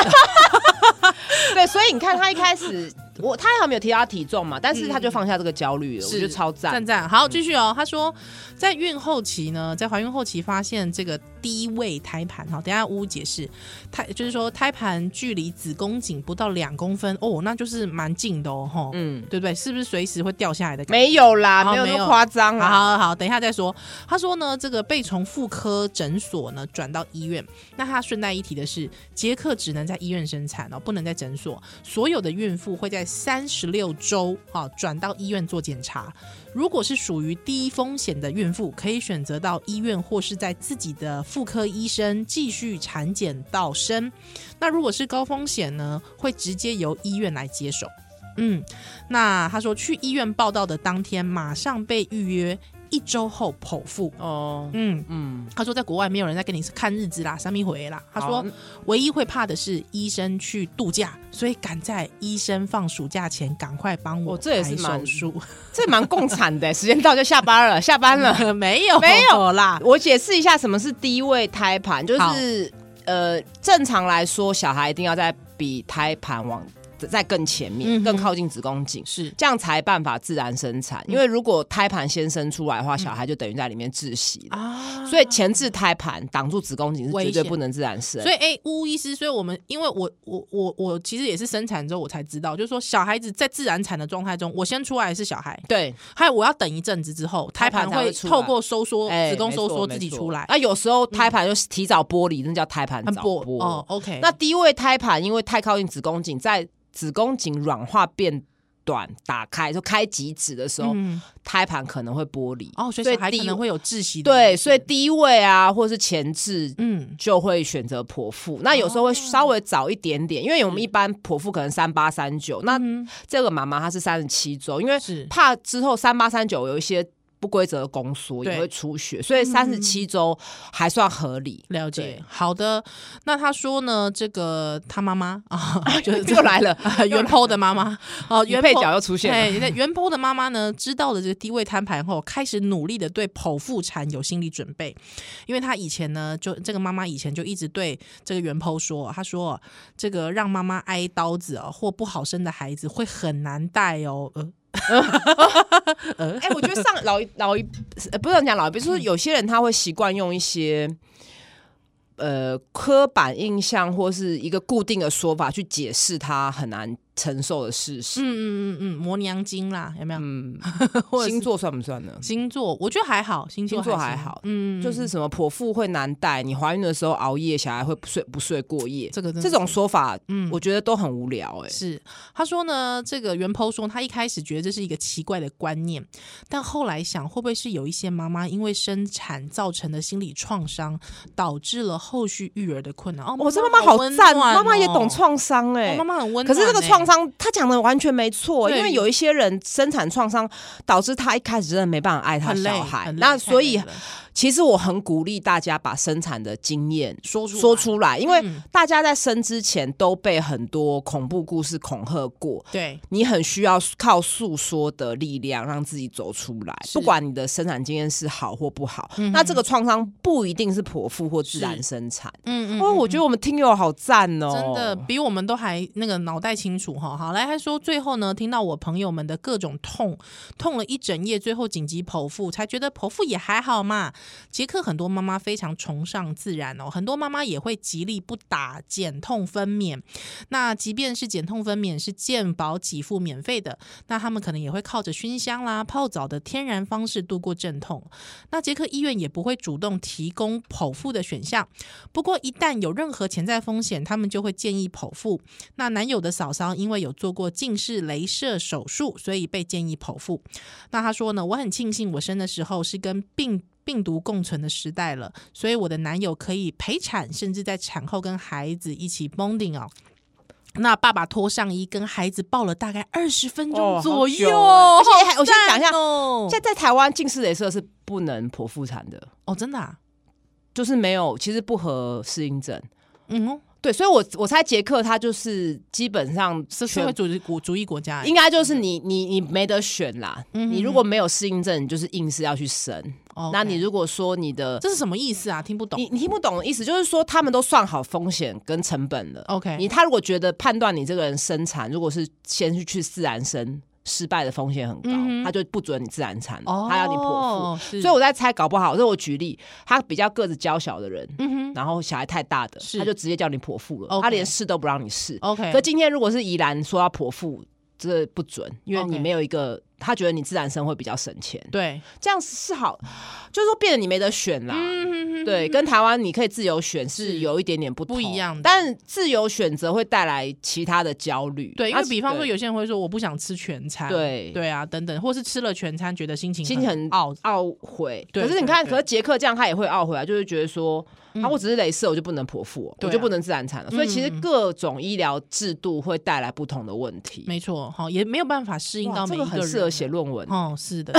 [SPEAKER 1] 对，所以你看他一开始我他还没有提到他体重嘛，但是他就放下这个焦虑了，我
[SPEAKER 2] 嗯是
[SPEAKER 1] 觉得超赞
[SPEAKER 2] 赞赞。好，继续哦。他说，在孕后期呢，在怀孕后期发现这个低位胎盘哈。等一下呜解释，胎就是说胎盘距离子宫颈不到两公分哦，那就是蛮近的哦，吼，
[SPEAKER 1] 嗯，
[SPEAKER 2] 对不对？是不是随时会掉下来的感觉？
[SPEAKER 1] 没有啦，
[SPEAKER 2] 哦
[SPEAKER 1] 没有
[SPEAKER 2] 没
[SPEAKER 1] 那
[SPEAKER 2] 有
[SPEAKER 1] 么夸张
[SPEAKER 2] 好
[SPEAKER 1] 啊。
[SPEAKER 2] 好好，等一下再说。他说呢，这个被从妇科诊所呢转到医院。那他顺带一提的是，杰克只能在医院生产哦，不能在诊所。所有的孕妇会在三十六周啊转到医院做检查。如果是属于低风险的孕妇，可以选择到医院或是在自己的妇科医生继续产检到生。那如果是高风险呢，会直接由医院来接手。嗯，那他说去医院报道的当天，马上被预约，一周后剖腹。
[SPEAKER 1] 哦，
[SPEAKER 2] 嗯，
[SPEAKER 1] 嗯，
[SPEAKER 2] 他说在国外没有人在跟你看日子啦，三米回啦。他说
[SPEAKER 1] 好
[SPEAKER 2] 唯一会怕的是医生去度假，所以赶在医生放暑假前赶快帮我
[SPEAKER 1] 哦这也是
[SPEAKER 2] 排手
[SPEAKER 1] 蛮
[SPEAKER 2] 术。
[SPEAKER 1] 这蛮共产的，时间到就下班了，下班了。
[SPEAKER 2] 没有
[SPEAKER 1] 没
[SPEAKER 2] 有啦，
[SPEAKER 1] 我解释一下什么是低位胎盘，就是呃，正常来说，小孩一定要在比胎盘往在更前面，
[SPEAKER 2] 嗯哼
[SPEAKER 1] 更靠近子宫颈。
[SPEAKER 2] 是
[SPEAKER 1] 这样才办法自然生产，因为如果胎盘先生出来的
[SPEAKER 2] 嗯
[SPEAKER 1] 话，小孩就等于在里面窒息了。
[SPEAKER 2] 啊，
[SPEAKER 1] 所以前置胎盘挡住子宫颈是
[SPEAKER 2] 危
[SPEAKER 1] 绝对
[SPEAKER 2] 险
[SPEAKER 1] 不能自然生。
[SPEAKER 2] 所以，哎、巫医师，所以我们因为我我我我其实也是生产之后我才知道，就是说小孩子在自然产的状态中，我先出来是小孩，
[SPEAKER 1] 对，
[SPEAKER 2] 还有我要等一阵子之后，胎
[SPEAKER 1] 胎
[SPEAKER 2] 盘
[SPEAKER 1] 盘才
[SPEAKER 2] 会
[SPEAKER 1] 会出来
[SPEAKER 2] 透过收缩、
[SPEAKER 1] 哎
[SPEAKER 2] 子宫
[SPEAKER 1] 没
[SPEAKER 2] 收
[SPEAKER 1] 错
[SPEAKER 2] 缩
[SPEAKER 1] 没
[SPEAKER 2] 自己
[SPEAKER 1] 错啊
[SPEAKER 2] 出来，
[SPEAKER 1] 那有时候胎盘就是提早剥离，那叫胎盘早
[SPEAKER 2] 薄
[SPEAKER 1] 剥。
[SPEAKER 2] 哦，OK，
[SPEAKER 1] 那低位胎盘因为太靠近子宫颈，在子宫颈软化变短、打开就开几指的时候，
[SPEAKER 2] 嗯，
[SPEAKER 1] 胎盘可能会剥离。
[SPEAKER 2] 哦，
[SPEAKER 1] 所
[SPEAKER 2] 所以
[SPEAKER 1] 以
[SPEAKER 2] 小孩可
[SPEAKER 1] 低
[SPEAKER 2] 能会有窒息的
[SPEAKER 1] 对，
[SPEAKER 2] 危
[SPEAKER 1] 所以
[SPEAKER 2] 险
[SPEAKER 1] 低位啊，或是前置
[SPEAKER 2] 嗯，哦
[SPEAKER 1] 就会选择剖腹。那有时候会稍微早一点点，因为我们一般剖腹可能三八三九，那
[SPEAKER 2] 嗯
[SPEAKER 1] 这个妈妈她是三十七周，因为
[SPEAKER 2] 是
[SPEAKER 1] 怕之后三八三九有一些不规则的宫缩
[SPEAKER 2] 对
[SPEAKER 1] 也会出血，所以三十七周还算合理。
[SPEAKER 2] 了解
[SPEAKER 1] 对，
[SPEAKER 2] 好的。那他说呢，这个他妈妈 啊，就是
[SPEAKER 1] 又来了，
[SPEAKER 2] 原剖的妈妈哦，原
[SPEAKER 1] 原配
[SPEAKER 2] 剖
[SPEAKER 1] 角又出现了，
[SPEAKER 2] 哎，那袁剖的妈妈呢，知道了这个低位摊盘后，开始努力的对剖腹产有心理准备，因为她以前呢，就这个妈妈以前就一直对这个袁剖说，她说这个让妈妈挨刀子哦，或不好生的孩子会很难带哦，呃，
[SPEAKER 1] 哎、我觉得上老一老一呃，不是讲老一辈，就是有些人他会习惯用一些呃刻板印象或是一个固定的说法去解释他很难承受的事
[SPEAKER 2] 嗯
[SPEAKER 1] 实。
[SPEAKER 2] 嗯嗯嗯，磨娘经啦，有没有？
[SPEAKER 1] 嗯，
[SPEAKER 2] 或者是
[SPEAKER 1] 星座算不算呢？
[SPEAKER 2] 星座我觉得还好，星座
[SPEAKER 1] 星座还
[SPEAKER 2] 行
[SPEAKER 1] 好
[SPEAKER 2] 嗯，
[SPEAKER 1] 就是什么剖腹会难带，你怀孕的时候熬夜，小孩会不睡不睡过夜，
[SPEAKER 2] 这个真的
[SPEAKER 1] 这种说法，
[SPEAKER 2] 嗯
[SPEAKER 1] 我觉得都很无聊哎、
[SPEAKER 2] 是，他说呢，这个袁剖说，他一开始觉得这是一个奇怪的观念，但后来想，会不会是有一些妈妈因为生产造成的心理创伤，导致了后续育儿的困难？哦，
[SPEAKER 1] 我、这妈
[SPEAKER 2] 妈
[SPEAKER 1] 妈好
[SPEAKER 2] 温
[SPEAKER 1] 赞，
[SPEAKER 2] 暖
[SPEAKER 1] 妈妈也
[SPEAKER 2] 哦
[SPEAKER 1] 懂，创伤哎、
[SPEAKER 2] 哦妈妈很温暖欸、
[SPEAKER 1] 可是这个创伤，他讲的完全没错，
[SPEAKER 2] 对
[SPEAKER 1] 因为有一些人生产创伤导致他一开始真的没办法爱他
[SPEAKER 2] 很累
[SPEAKER 1] 小，孩
[SPEAKER 2] 很，累
[SPEAKER 1] 那
[SPEAKER 2] 太
[SPEAKER 1] 所以
[SPEAKER 2] 累了
[SPEAKER 1] 其实我很鼓励大家把生产的经验
[SPEAKER 2] 说出
[SPEAKER 1] 说
[SPEAKER 2] 来
[SPEAKER 1] 出来，因为
[SPEAKER 2] 嗯
[SPEAKER 1] 大家在生之前都被很多恐怖故事恐吓过。
[SPEAKER 2] 对
[SPEAKER 1] 你很需要靠诉说的力量让自己走出来，
[SPEAKER 2] 是嗯
[SPEAKER 1] 不管你的生产经验是好或不好，那这个创伤不一定是剖腹或自然生产。
[SPEAKER 2] 嗯嗯
[SPEAKER 1] 哦，我觉得我们听友好赞哦，
[SPEAKER 2] 真的嗯比我们都还那个脑袋清楚哈。好，来，他说最后呢，听到我朋友们的各种痛，痛了一整夜，最后紧急剖腹，才觉得剖腹也还好嘛。捷克很多妈妈非常崇尚自然哦，很多妈妈也会极力不打减痛分娩。那即便是减痛分娩是健保给付免费的，那他们可能也会靠着熏香啦、泡澡的天然方式度过阵痛。那捷克医院也不会主动提供剖腹的选项，不过一旦有任何潜在风险，他们就会建议剖腹。那男友的嫂嫂因为有做过近视雷射手术，所以被建议剖腹。那他说呢，我很庆幸我生的时候是跟病。病毒共存的时代了，所以我的男友可以陪产，甚至在产后跟孩子一起 bonding 哦。那爸爸脱上衣跟孩子抱了大概二十分
[SPEAKER 1] 哦
[SPEAKER 2] 钟
[SPEAKER 1] 好
[SPEAKER 2] 左
[SPEAKER 1] 久
[SPEAKER 2] 右，
[SPEAKER 1] 欸而且
[SPEAKER 2] 好
[SPEAKER 1] 还我先讲一下
[SPEAKER 2] 赞哦
[SPEAKER 1] 现在在台湾近视雷射是不能剖腹产的，
[SPEAKER 2] 哦，真的、啊，
[SPEAKER 1] 就是没有，其实不合适应症。
[SPEAKER 2] 嗯哦，
[SPEAKER 1] 对，所以我我猜捷克他就是基本上
[SPEAKER 2] 是社会
[SPEAKER 1] 全
[SPEAKER 2] 主义国主义国家欸，
[SPEAKER 1] 应该就是你你你没得选啦，
[SPEAKER 2] 嗯哼
[SPEAKER 1] 你如果没有适应症，你就是硬是要去生。
[SPEAKER 2] 哦，
[SPEAKER 1] 那你如果说你的
[SPEAKER 2] 这是什么意思啊？听不懂。
[SPEAKER 1] 你你听不懂的意思，就是说他们都算好风险跟成本了。
[SPEAKER 2] OK，
[SPEAKER 1] 你他如果觉得判断你这个人生产，如果是先去去自然生，失败的风险很高，
[SPEAKER 2] 嗯哼
[SPEAKER 1] 他就不准你自然产，
[SPEAKER 2] 哦，
[SPEAKER 1] 他要你剖腹。
[SPEAKER 2] 腹
[SPEAKER 1] 所以我在猜，搞不好，所以我举例，他比较个子娇小的人，
[SPEAKER 2] 嗯哼
[SPEAKER 1] 然后小孩太大的，
[SPEAKER 2] 是
[SPEAKER 1] 他就直接叫你剖腹了，
[SPEAKER 2] OK 哦
[SPEAKER 1] 他连试都不让你试。
[SPEAKER 2] ，OK，
[SPEAKER 1] 可今天如果是宜兰说要剖腹，这不准，因为
[SPEAKER 2] OK
[SPEAKER 1] 你没有一个，他觉得你自然生会比较省钱，
[SPEAKER 2] 对，
[SPEAKER 1] 这样是好，就是说变得你没得选啦。
[SPEAKER 2] 嗯
[SPEAKER 1] 对，跟台湾你可以自由选是有一点点不同
[SPEAKER 2] 不一样的
[SPEAKER 1] 但自由选择会带来其他的焦虑。
[SPEAKER 2] 对，因
[SPEAKER 1] 那
[SPEAKER 2] 为比方说
[SPEAKER 1] 对
[SPEAKER 2] 有些人会说我不想吃全餐，
[SPEAKER 1] 对
[SPEAKER 2] 对啊，等等，或是吃了全餐觉得心情
[SPEAKER 1] 心情很
[SPEAKER 2] 懊，
[SPEAKER 1] 懊悔，
[SPEAKER 2] 对
[SPEAKER 1] 可是你看，
[SPEAKER 2] 对对嗯
[SPEAKER 1] 可是杰克这样他也会懊悔啊，就是觉得说，啊，我只是镭射，我就不能剖腹哦，
[SPEAKER 2] 对啊
[SPEAKER 1] 我就不能自然产了。所以其实
[SPEAKER 2] 嗯嗯嗯
[SPEAKER 1] 各种医疗制度会带来不同的问题。
[SPEAKER 2] 没错，好，也没有办法适应
[SPEAKER 1] 哇
[SPEAKER 2] 到每
[SPEAKER 1] 这个
[SPEAKER 2] 一人
[SPEAKER 1] 很
[SPEAKER 2] 啊，
[SPEAKER 1] 适合写论文，
[SPEAKER 2] 哦，是的。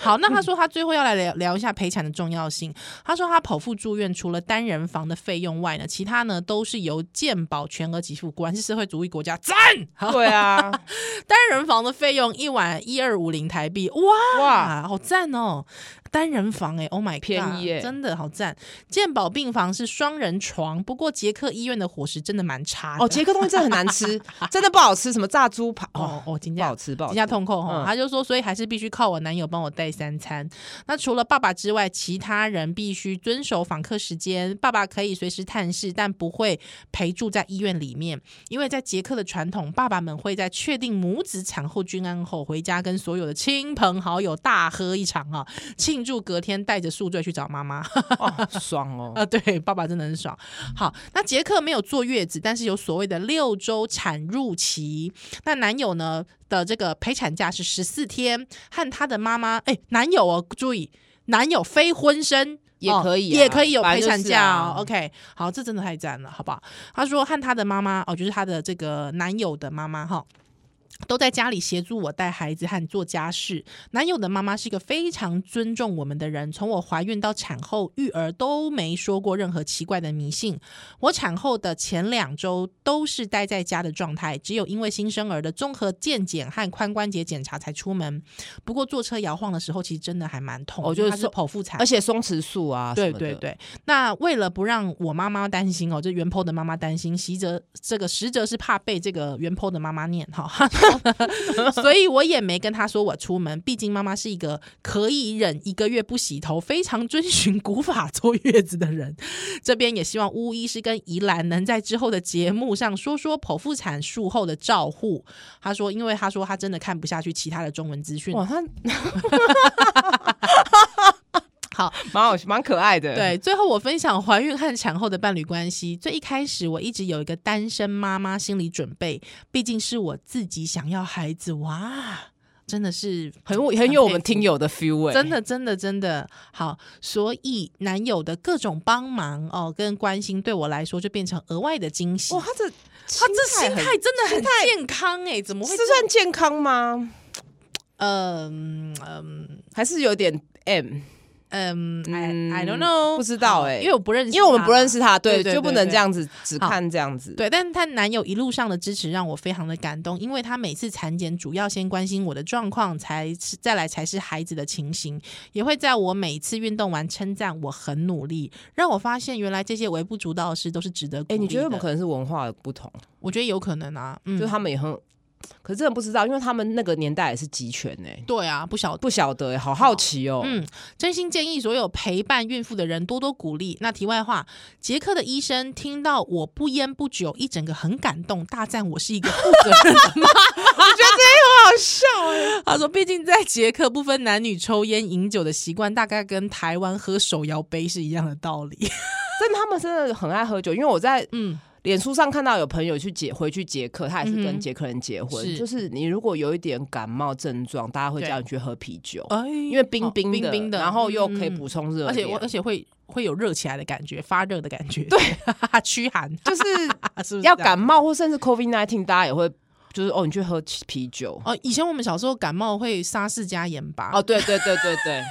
[SPEAKER 2] 好，那他说他最后要来聊聊一下陪产的重要性。他说他剖腹住院除了单人房的费用外呢，其他呢都是由健保全额给付。果然是社会主义国家，赞！
[SPEAKER 1] 对 啊，
[SPEAKER 2] 单人房的费用一晚一二五零台币，哇！
[SPEAKER 1] 哇，
[SPEAKER 2] 啊，好赞哦！单人房哎、o h my god，
[SPEAKER 1] 便宜耶
[SPEAKER 2] 真的好赞。健保病房是双人床，不过捷克医院的伙食真的蛮差的。
[SPEAKER 1] 哦，杰克东西真的很难吃，真的不好吃，什么炸猪排哦，
[SPEAKER 2] 哦哦，今
[SPEAKER 1] 不
[SPEAKER 2] 天
[SPEAKER 1] 好吃，不好
[SPEAKER 2] 比
[SPEAKER 1] 吃
[SPEAKER 2] 较。痛苦哈，
[SPEAKER 1] 嗯
[SPEAKER 2] 他就说，所以还是必须靠我男友帮我带三餐。那除了爸爸之外，其他人必须遵守访客时间。爸爸可以随时探视，但不会陪住在医院里面，因为在捷克的传统，爸爸们会在确定母子产后均安后，回家跟所有的亲朋好友大喝一场啊，庆祝隔天带着宿醉去找妈妈。
[SPEAKER 1] 哦，爽 哦，
[SPEAKER 2] 啊，对，爸爸真的很爽。好，那杰克没有坐月子，但是有所谓的六周产褥期。那男友呢的这个陪产假是十四天，和他的妈妈，哎，男友哦，注意，男友非婚生。
[SPEAKER 1] 也
[SPEAKER 2] 哦
[SPEAKER 1] 可以啊
[SPEAKER 2] 也可以有
[SPEAKER 1] 本来
[SPEAKER 2] 陪
[SPEAKER 1] 就是
[SPEAKER 2] 产假、哦
[SPEAKER 1] 啊
[SPEAKER 2] OK，好，这真的太赞了，好不好？他说和他的妈妈，哦，就是他的这个男友的妈妈哈、都在家里协助我带孩子和做家事。男友的妈妈是一个非常尊重我们的人，从我怀孕到产后育儿都没说过任何奇怪的迷信。我产后的前两周都是待在家的状态，只有因为新生儿的综合健检和髋关节检查才出门。不过坐车摇晃的时候，其实真的还蛮痛，
[SPEAKER 1] 哦
[SPEAKER 2] 因为
[SPEAKER 1] 就
[SPEAKER 2] 它
[SPEAKER 1] 是
[SPEAKER 2] 是剖腹产
[SPEAKER 1] 而。且松弛素啊，
[SPEAKER 2] 对对，对，那为了不让我妈妈担心哦，就原 po 的妈妈担心，实则这个实则是怕被这个原 po 的妈妈念哈，所以我也没跟她说我出门，毕竟妈妈是一个可以忍一个月不洗头、非常遵循古法坐月子的人。这边也希望巫医师跟宜兰能在之后的节目上说说剖腹产术后的照护。他说，因为他说他真的看不下去其他的中文资讯。
[SPEAKER 1] 哇， 他
[SPEAKER 2] 好，
[SPEAKER 1] 蛮好，蛮可爱 的，，
[SPEAKER 2] 对，最后我分享怀孕和产后的伴侣关系。最一开始，我一直有一个单身妈妈心理准备，毕竟是我自己想要孩子。哇，真的是
[SPEAKER 1] 很很有我们
[SPEAKER 2] 佩服
[SPEAKER 1] 听友的 feel，、欸、
[SPEAKER 2] 真的，真的，真的好。所以男友的各种帮忙哦，跟关心对我来说就变成额外的惊喜。
[SPEAKER 1] 哇，他这
[SPEAKER 2] 他这心
[SPEAKER 1] 很
[SPEAKER 2] 态真的很健康哎、怎么会
[SPEAKER 1] 是
[SPEAKER 2] 这？
[SPEAKER 1] 算健康吗？
[SPEAKER 2] 嗯嗯
[SPEAKER 1] 还是有点 M？
[SPEAKER 2] 嗯，I I don't
[SPEAKER 1] 嗯
[SPEAKER 2] know，
[SPEAKER 1] 不知道
[SPEAKER 2] 好
[SPEAKER 1] 欸
[SPEAKER 2] 因为我不认识，
[SPEAKER 1] 因为我们不认识。他，
[SPEAKER 2] 对
[SPEAKER 1] 对，
[SPEAKER 2] 对
[SPEAKER 1] 就不能
[SPEAKER 2] 对
[SPEAKER 1] 这样子只
[SPEAKER 2] 好
[SPEAKER 1] 看这样子。
[SPEAKER 2] 对，但她男友一路上的支持让我非常的感动，因为他每次产检主要先关心我的状况，才是再来才是孩子的情形，也会在我每次运动完称赞我很努力，让我发现原来这些微不足道的事都是值得鼓
[SPEAKER 1] 哎、
[SPEAKER 2] 励的。
[SPEAKER 1] 你觉得有没有可能是文化的不同？
[SPEAKER 2] 我觉得有可能啊，嗯，
[SPEAKER 1] 就是他们也很，可是真的不知道，因为他们那个年代也是集权哎、
[SPEAKER 2] 对啊，不晓得。
[SPEAKER 1] 不晓得哎、好好奇哦、
[SPEAKER 2] 嗯，真心建议所有陪伴孕妇的人多多鼓励。那题外话，杰克的医生听到我不烟不酒，一整个很感动，大赞我是一个负责任的妈
[SPEAKER 1] 好笑哎、
[SPEAKER 2] 他说：“毕竟在捷克，不分男女抽烟饮酒的习惯，大概跟台湾喝手摇杯是一样的道理。
[SPEAKER 1] 真的他们真的很爱喝酒，因为我在
[SPEAKER 2] 嗯，
[SPEAKER 1] 脸书上看到有朋友去捷回去捷克，他也是
[SPEAKER 2] 嗯哼
[SPEAKER 1] 跟捷克人结婚，
[SPEAKER 2] 是
[SPEAKER 1] 就是你如果有一点感冒症状，大家会
[SPEAKER 2] 对
[SPEAKER 1] 叫你去喝啤酒。
[SPEAKER 2] 哎，
[SPEAKER 1] 因为冰
[SPEAKER 2] 哦
[SPEAKER 1] 冰的，
[SPEAKER 2] 冰冰的，
[SPEAKER 1] 然后又可以
[SPEAKER 2] 嗯
[SPEAKER 1] 补充热量、
[SPEAKER 2] 而且 我而且会会有热起来的感觉，发热的感觉，对， 驱寒，啊
[SPEAKER 1] 就是
[SPEAKER 2] 是不是
[SPEAKER 1] 要
[SPEAKER 2] 这样
[SPEAKER 1] 感冒或甚至 COVID nineteen，大家也会就是哦，你去喝啤酒。
[SPEAKER 2] 哦，以前我们小时候感冒会沙士加盐巴。
[SPEAKER 1] 哦，对对对对对，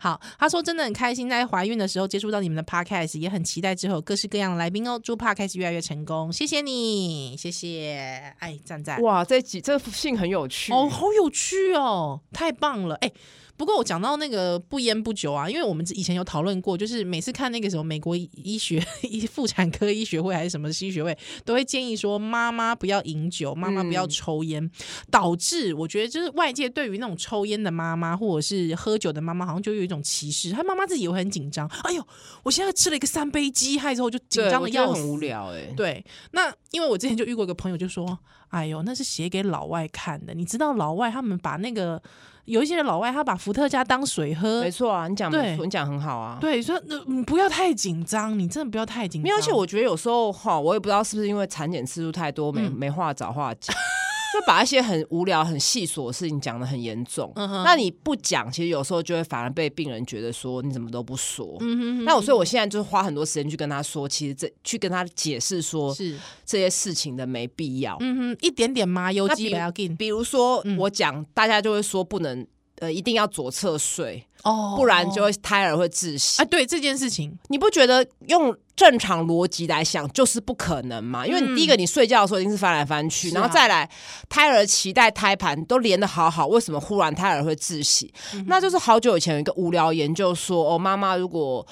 [SPEAKER 2] 好，他说真的很开心，在怀孕的时候接触到你们的 podcast，也很期待之后有各式各样的来宾哦。祝 podcast 越来越成功，谢谢你，谢谢，哎，赞赞。
[SPEAKER 1] 哇，这集这信很有趣
[SPEAKER 2] 哦，好有趣哦，太棒了！哎、不过我讲到那个不烟不酒啊，因为我们以前有讨论过，就是每次看那个什么美国 医学医妇产科医学会还是什么医学会，都会建议说妈妈不要饮酒，妈妈不
[SPEAKER 1] 嗯
[SPEAKER 2] 要抽烟，导致我觉得就是外界对于那种抽烟的妈妈或者是喝酒的妈妈，好像就有一种歧视。她妈妈自己也会很紧张，哎呦，我现在吃了一个三杯鸡，害之后就紧
[SPEAKER 1] 对
[SPEAKER 2] 张
[SPEAKER 1] 我
[SPEAKER 2] 的
[SPEAKER 1] 觉得
[SPEAKER 2] 要死呃
[SPEAKER 1] 很。无聊哎、
[SPEAKER 2] 对，那因为我之前就遇过一个朋友，就说：“哎呦，那是写给老外看的。你知道老外他们把那个有一些老外他把伏特加当水喝
[SPEAKER 1] 没，错啊，你讲没
[SPEAKER 2] 对
[SPEAKER 1] 错，你讲很好啊。
[SPEAKER 2] 对，说那你不要太紧张，你真的不要太紧张。
[SPEAKER 1] 没有，而且我觉得有时候哈，我也不知道是不是因为产检次数太多，没、
[SPEAKER 2] 嗯
[SPEAKER 1] 没话找话讲， 就把一些很无聊、很细琐的事情讲得很严重。
[SPEAKER 2] 嗯哼
[SPEAKER 1] 那你不讲，其实有时候就会反而被病人觉得说你怎么都不说。
[SPEAKER 2] 嗯哼
[SPEAKER 1] 那我所以我现在就花很多时间去跟他说，其实这去跟他解释说
[SPEAKER 2] 是
[SPEAKER 1] 这些事情的没必要。
[SPEAKER 2] 嗯哼一点点麻油
[SPEAKER 1] 那
[SPEAKER 2] 鸡
[SPEAKER 1] 比
[SPEAKER 2] 不要进
[SPEAKER 1] 比如说
[SPEAKER 2] 嗯
[SPEAKER 1] 我讲，大家就会说不能呃一定要左侧睡，
[SPEAKER 2] 哦
[SPEAKER 1] 不然就会胎儿会窒息
[SPEAKER 2] 啊，。对这件事情，
[SPEAKER 1] 你不觉得用正常逻辑来想就是不可能吗？因为
[SPEAKER 2] 嗯
[SPEAKER 1] 你第一个，你睡觉的时候一定是翻来翻去，
[SPEAKER 2] 是啊
[SPEAKER 1] 然后再来胎儿脐带、胎盘都连的好好，为什么忽然胎儿会窒息？
[SPEAKER 2] 嗯
[SPEAKER 1] 那就是好久以前有一个无聊研究说，哦，妈妈如果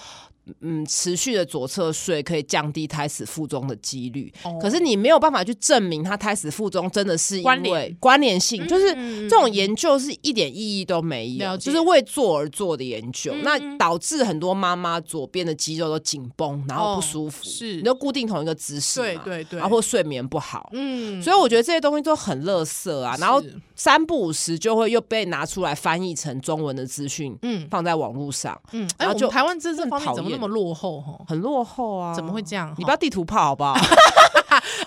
[SPEAKER 1] 嗯持续的左侧睡，可以降低胎死腹中的几率。
[SPEAKER 2] 哦
[SPEAKER 1] 可是你没有办法去证明它胎死腹中真的是因
[SPEAKER 2] 关
[SPEAKER 1] 为
[SPEAKER 2] 联
[SPEAKER 1] 关联性，就是
[SPEAKER 2] 嗯
[SPEAKER 1] 这种研究是一点意义都没
[SPEAKER 2] 了
[SPEAKER 1] 有，
[SPEAKER 2] 解
[SPEAKER 1] 就是为做而做的研究，
[SPEAKER 2] 嗯
[SPEAKER 1] 那导致很多妈妈左边的肌肉都紧绷，然后不舒服，
[SPEAKER 2] 哦是
[SPEAKER 1] 你就固定同一个姿势嘛，
[SPEAKER 2] 对对对
[SPEAKER 1] 然后或睡眠不好。
[SPEAKER 2] 嗯，
[SPEAKER 1] 所以我觉得这些东西都很垃圾啊，然后三不五时就会又被拿出来翻译成中文的资讯，
[SPEAKER 2] 嗯
[SPEAKER 1] 放在网络上，
[SPEAKER 2] 嗯，哎，
[SPEAKER 1] 然后
[SPEAKER 2] 我们
[SPEAKER 1] 就
[SPEAKER 2] 台湾这这
[SPEAKER 1] 很
[SPEAKER 2] 方面
[SPEAKER 1] 讨
[SPEAKER 2] 怎么那
[SPEAKER 1] 厌
[SPEAKER 2] 么落后哈？
[SPEAKER 1] 很落后啊！
[SPEAKER 2] 怎么会这样
[SPEAKER 1] 你不要地图炮好不 好？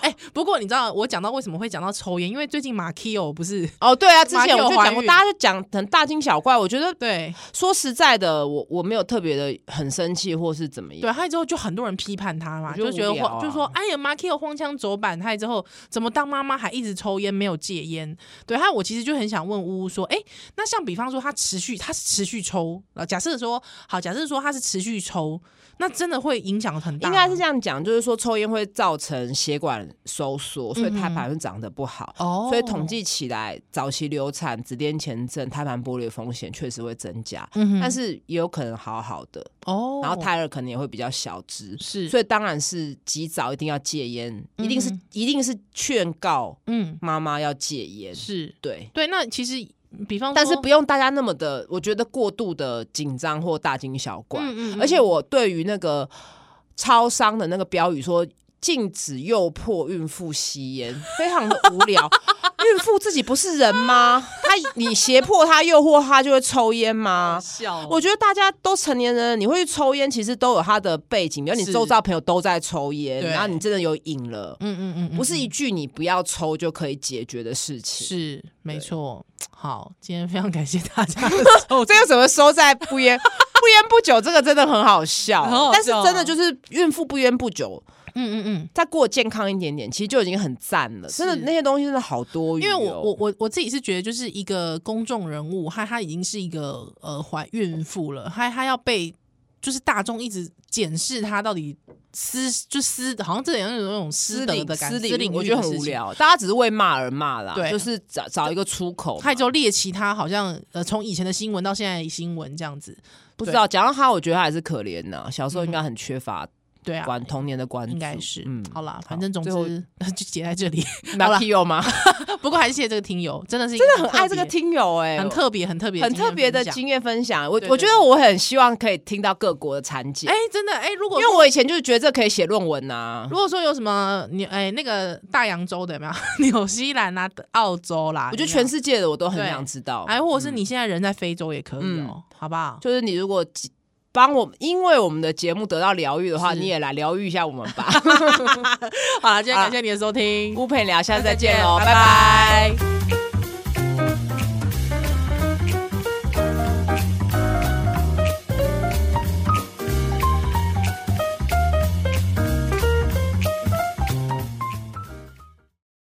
[SPEAKER 2] 哎， 不过你知道我讲到为什么会讲到抽烟，因为最近马 k i o 不是
[SPEAKER 1] 哦，对啊，之前
[SPEAKER 2] 马
[SPEAKER 1] 我
[SPEAKER 2] 蒂
[SPEAKER 1] 就
[SPEAKER 2] 有怀
[SPEAKER 1] 讲过，
[SPEAKER 2] 孕
[SPEAKER 1] 大家就讲很大惊小怪。我觉得
[SPEAKER 2] 对
[SPEAKER 1] 说实在的，我我没有特别的很生气或是怎么样。
[SPEAKER 2] 对，害之后就很多人批判他嘛，
[SPEAKER 1] 我觉
[SPEAKER 2] 就
[SPEAKER 1] 得
[SPEAKER 2] 觉得
[SPEAKER 1] 无聊啊
[SPEAKER 2] 荒就说哎呀马 k i o 荒腔走板，害之后怎么当妈妈还一直抽烟没有戒烟？对，还有我其实就很想问呜呜说，哎，那像比方说他持续他是持续抽，呃假设说好，假设说他是持续抽，那真的会影响很大
[SPEAKER 1] 应
[SPEAKER 2] 吗，
[SPEAKER 1] 该是这样讲，就是说抽烟会造成血管收缩，所以胎盘会长得不好。
[SPEAKER 2] 嗯哦，
[SPEAKER 1] 所以统计起来，早期流产、子癫前症、胎盘剥离的风险确实会增加，
[SPEAKER 2] 嗯哼，
[SPEAKER 1] 但是也有可能好好的，
[SPEAKER 2] 哦，
[SPEAKER 1] 然后胎儿可能也会比较小只。
[SPEAKER 2] 是，
[SPEAKER 1] 所以当然是及早一定要戒烟，
[SPEAKER 2] 嗯
[SPEAKER 1] 一定是
[SPEAKER 2] 哼
[SPEAKER 1] 一定是劝告
[SPEAKER 2] 嗯
[SPEAKER 1] 妈妈要戒烟，
[SPEAKER 2] 是
[SPEAKER 1] 对。
[SPEAKER 2] 对，那其实比方说，
[SPEAKER 1] 但是不用大家那么的，我觉得过度的紧张或大惊小怪。
[SPEAKER 2] 嗯
[SPEAKER 1] 而且我对于那个超商的那个标语说禁止诱迫孕妇吸烟，非常的无聊。孕妇自己不是人吗？她你胁迫她、诱惑她就会抽烟吗？
[SPEAKER 2] 笑
[SPEAKER 1] 啊
[SPEAKER 2] 哦嗯
[SPEAKER 1] 我觉得大家都成年人了，你会去抽烟，其实都有他的背景，比如你
[SPEAKER 2] 是
[SPEAKER 1] 周遭朋友都在抽烟，
[SPEAKER 2] 对
[SPEAKER 1] 然后你真的有瘾了，
[SPEAKER 2] 嗯嗯嗯嗯，
[SPEAKER 1] 不是一句你不要抽就可以解决的事情。
[SPEAKER 2] 是没
[SPEAKER 1] 对
[SPEAKER 2] 错。好，今天非常感谢大 家的
[SPEAKER 1] 哦，这又怎么收在不烟不烟不酒？这个真的很好笑，
[SPEAKER 2] 很好笑啊
[SPEAKER 1] 但是真的就是孕妇不烟不酒，
[SPEAKER 2] 嗯嗯嗯，
[SPEAKER 1] 再过健康一点点，其实就已经很赞了。
[SPEAKER 2] 是
[SPEAKER 1] 真的那些东西真的好多余、哦
[SPEAKER 2] 因为我我我我自己是觉得，就是一个公众人物，他他已经是一个呃怀孕妇了，他他要被就是大众一直检视他到底私就私，好像这点有那种私
[SPEAKER 1] 私
[SPEAKER 2] 德
[SPEAKER 1] 领
[SPEAKER 2] 的感
[SPEAKER 1] 私
[SPEAKER 2] 私
[SPEAKER 1] 领，
[SPEAKER 2] 领
[SPEAKER 1] 我
[SPEAKER 2] 域
[SPEAKER 1] 觉得
[SPEAKER 2] 的
[SPEAKER 1] 很
[SPEAKER 2] 事
[SPEAKER 1] 无
[SPEAKER 2] 情。
[SPEAKER 1] 聊。大家只是为骂而骂啦，
[SPEAKER 2] 对
[SPEAKER 1] 就是找找一个出口嘛。
[SPEAKER 2] 他就猎奇他好像呃从以前的新闻到现在的新闻这样子，
[SPEAKER 1] 不知道讲到他，我觉得他还是可怜呐、小时候应该很缺乏
[SPEAKER 2] 嗯对啊，
[SPEAKER 1] 关、童年的关注，
[SPEAKER 2] 应 该是
[SPEAKER 1] 嗯，
[SPEAKER 2] 好啦，反正总
[SPEAKER 1] 最后
[SPEAKER 2] 之 就结在这里。 好啦
[SPEAKER 1] lucky 有吗？
[SPEAKER 2] 不过还是谢谢这个听友，真的是真
[SPEAKER 1] 真的很爱这个听友哎、
[SPEAKER 2] 很特别很特别
[SPEAKER 1] 很特别的
[SPEAKER 2] 经验分享
[SPEAKER 1] 经验分享，我
[SPEAKER 2] 对对
[SPEAKER 1] 我觉
[SPEAKER 2] 对
[SPEAKER 1] 得我很希望可以听到各国的产检
[SPEAKER 2] 哎、。真的哎、如果
[SPEAKER 1] 因为我以前就是觉得这可以写论文啊呐、
[SPEAKER 2] 如果说有什么你哎、那个大洋洲的有没 有？纽西兰啊、澳洲啦，
[SPEAKER 1] 我觉得全
[SPEAKER 2] 是
[SPEAKER 1] 世界的我都很
[SPEAKER 2] 对
[SPEAKER 1] 想知道。
[SPEAKER 2] 哎，或者是你现在人在非洲也可以哦，
[SPEAKER 1] 嗯
[SPEAKER 2] 好不好？
[SPEAKER 1] 就是你如果帮我们，因为我们的节目得到疗愈的话，
[SPEAKER 2] 是
[SPEAKER 1] 你也来疗愈一下我们吧。 啊
[SPEAKER 2] 好了，今天感谢你的收听，
[SPEAKER 1] 姑陪聊，下次再见
[SPEAKER 2] 见
[SPEAKER 1] 喽，
[SPEAKER 2] 拜
[SPEAKER 1] 拜拜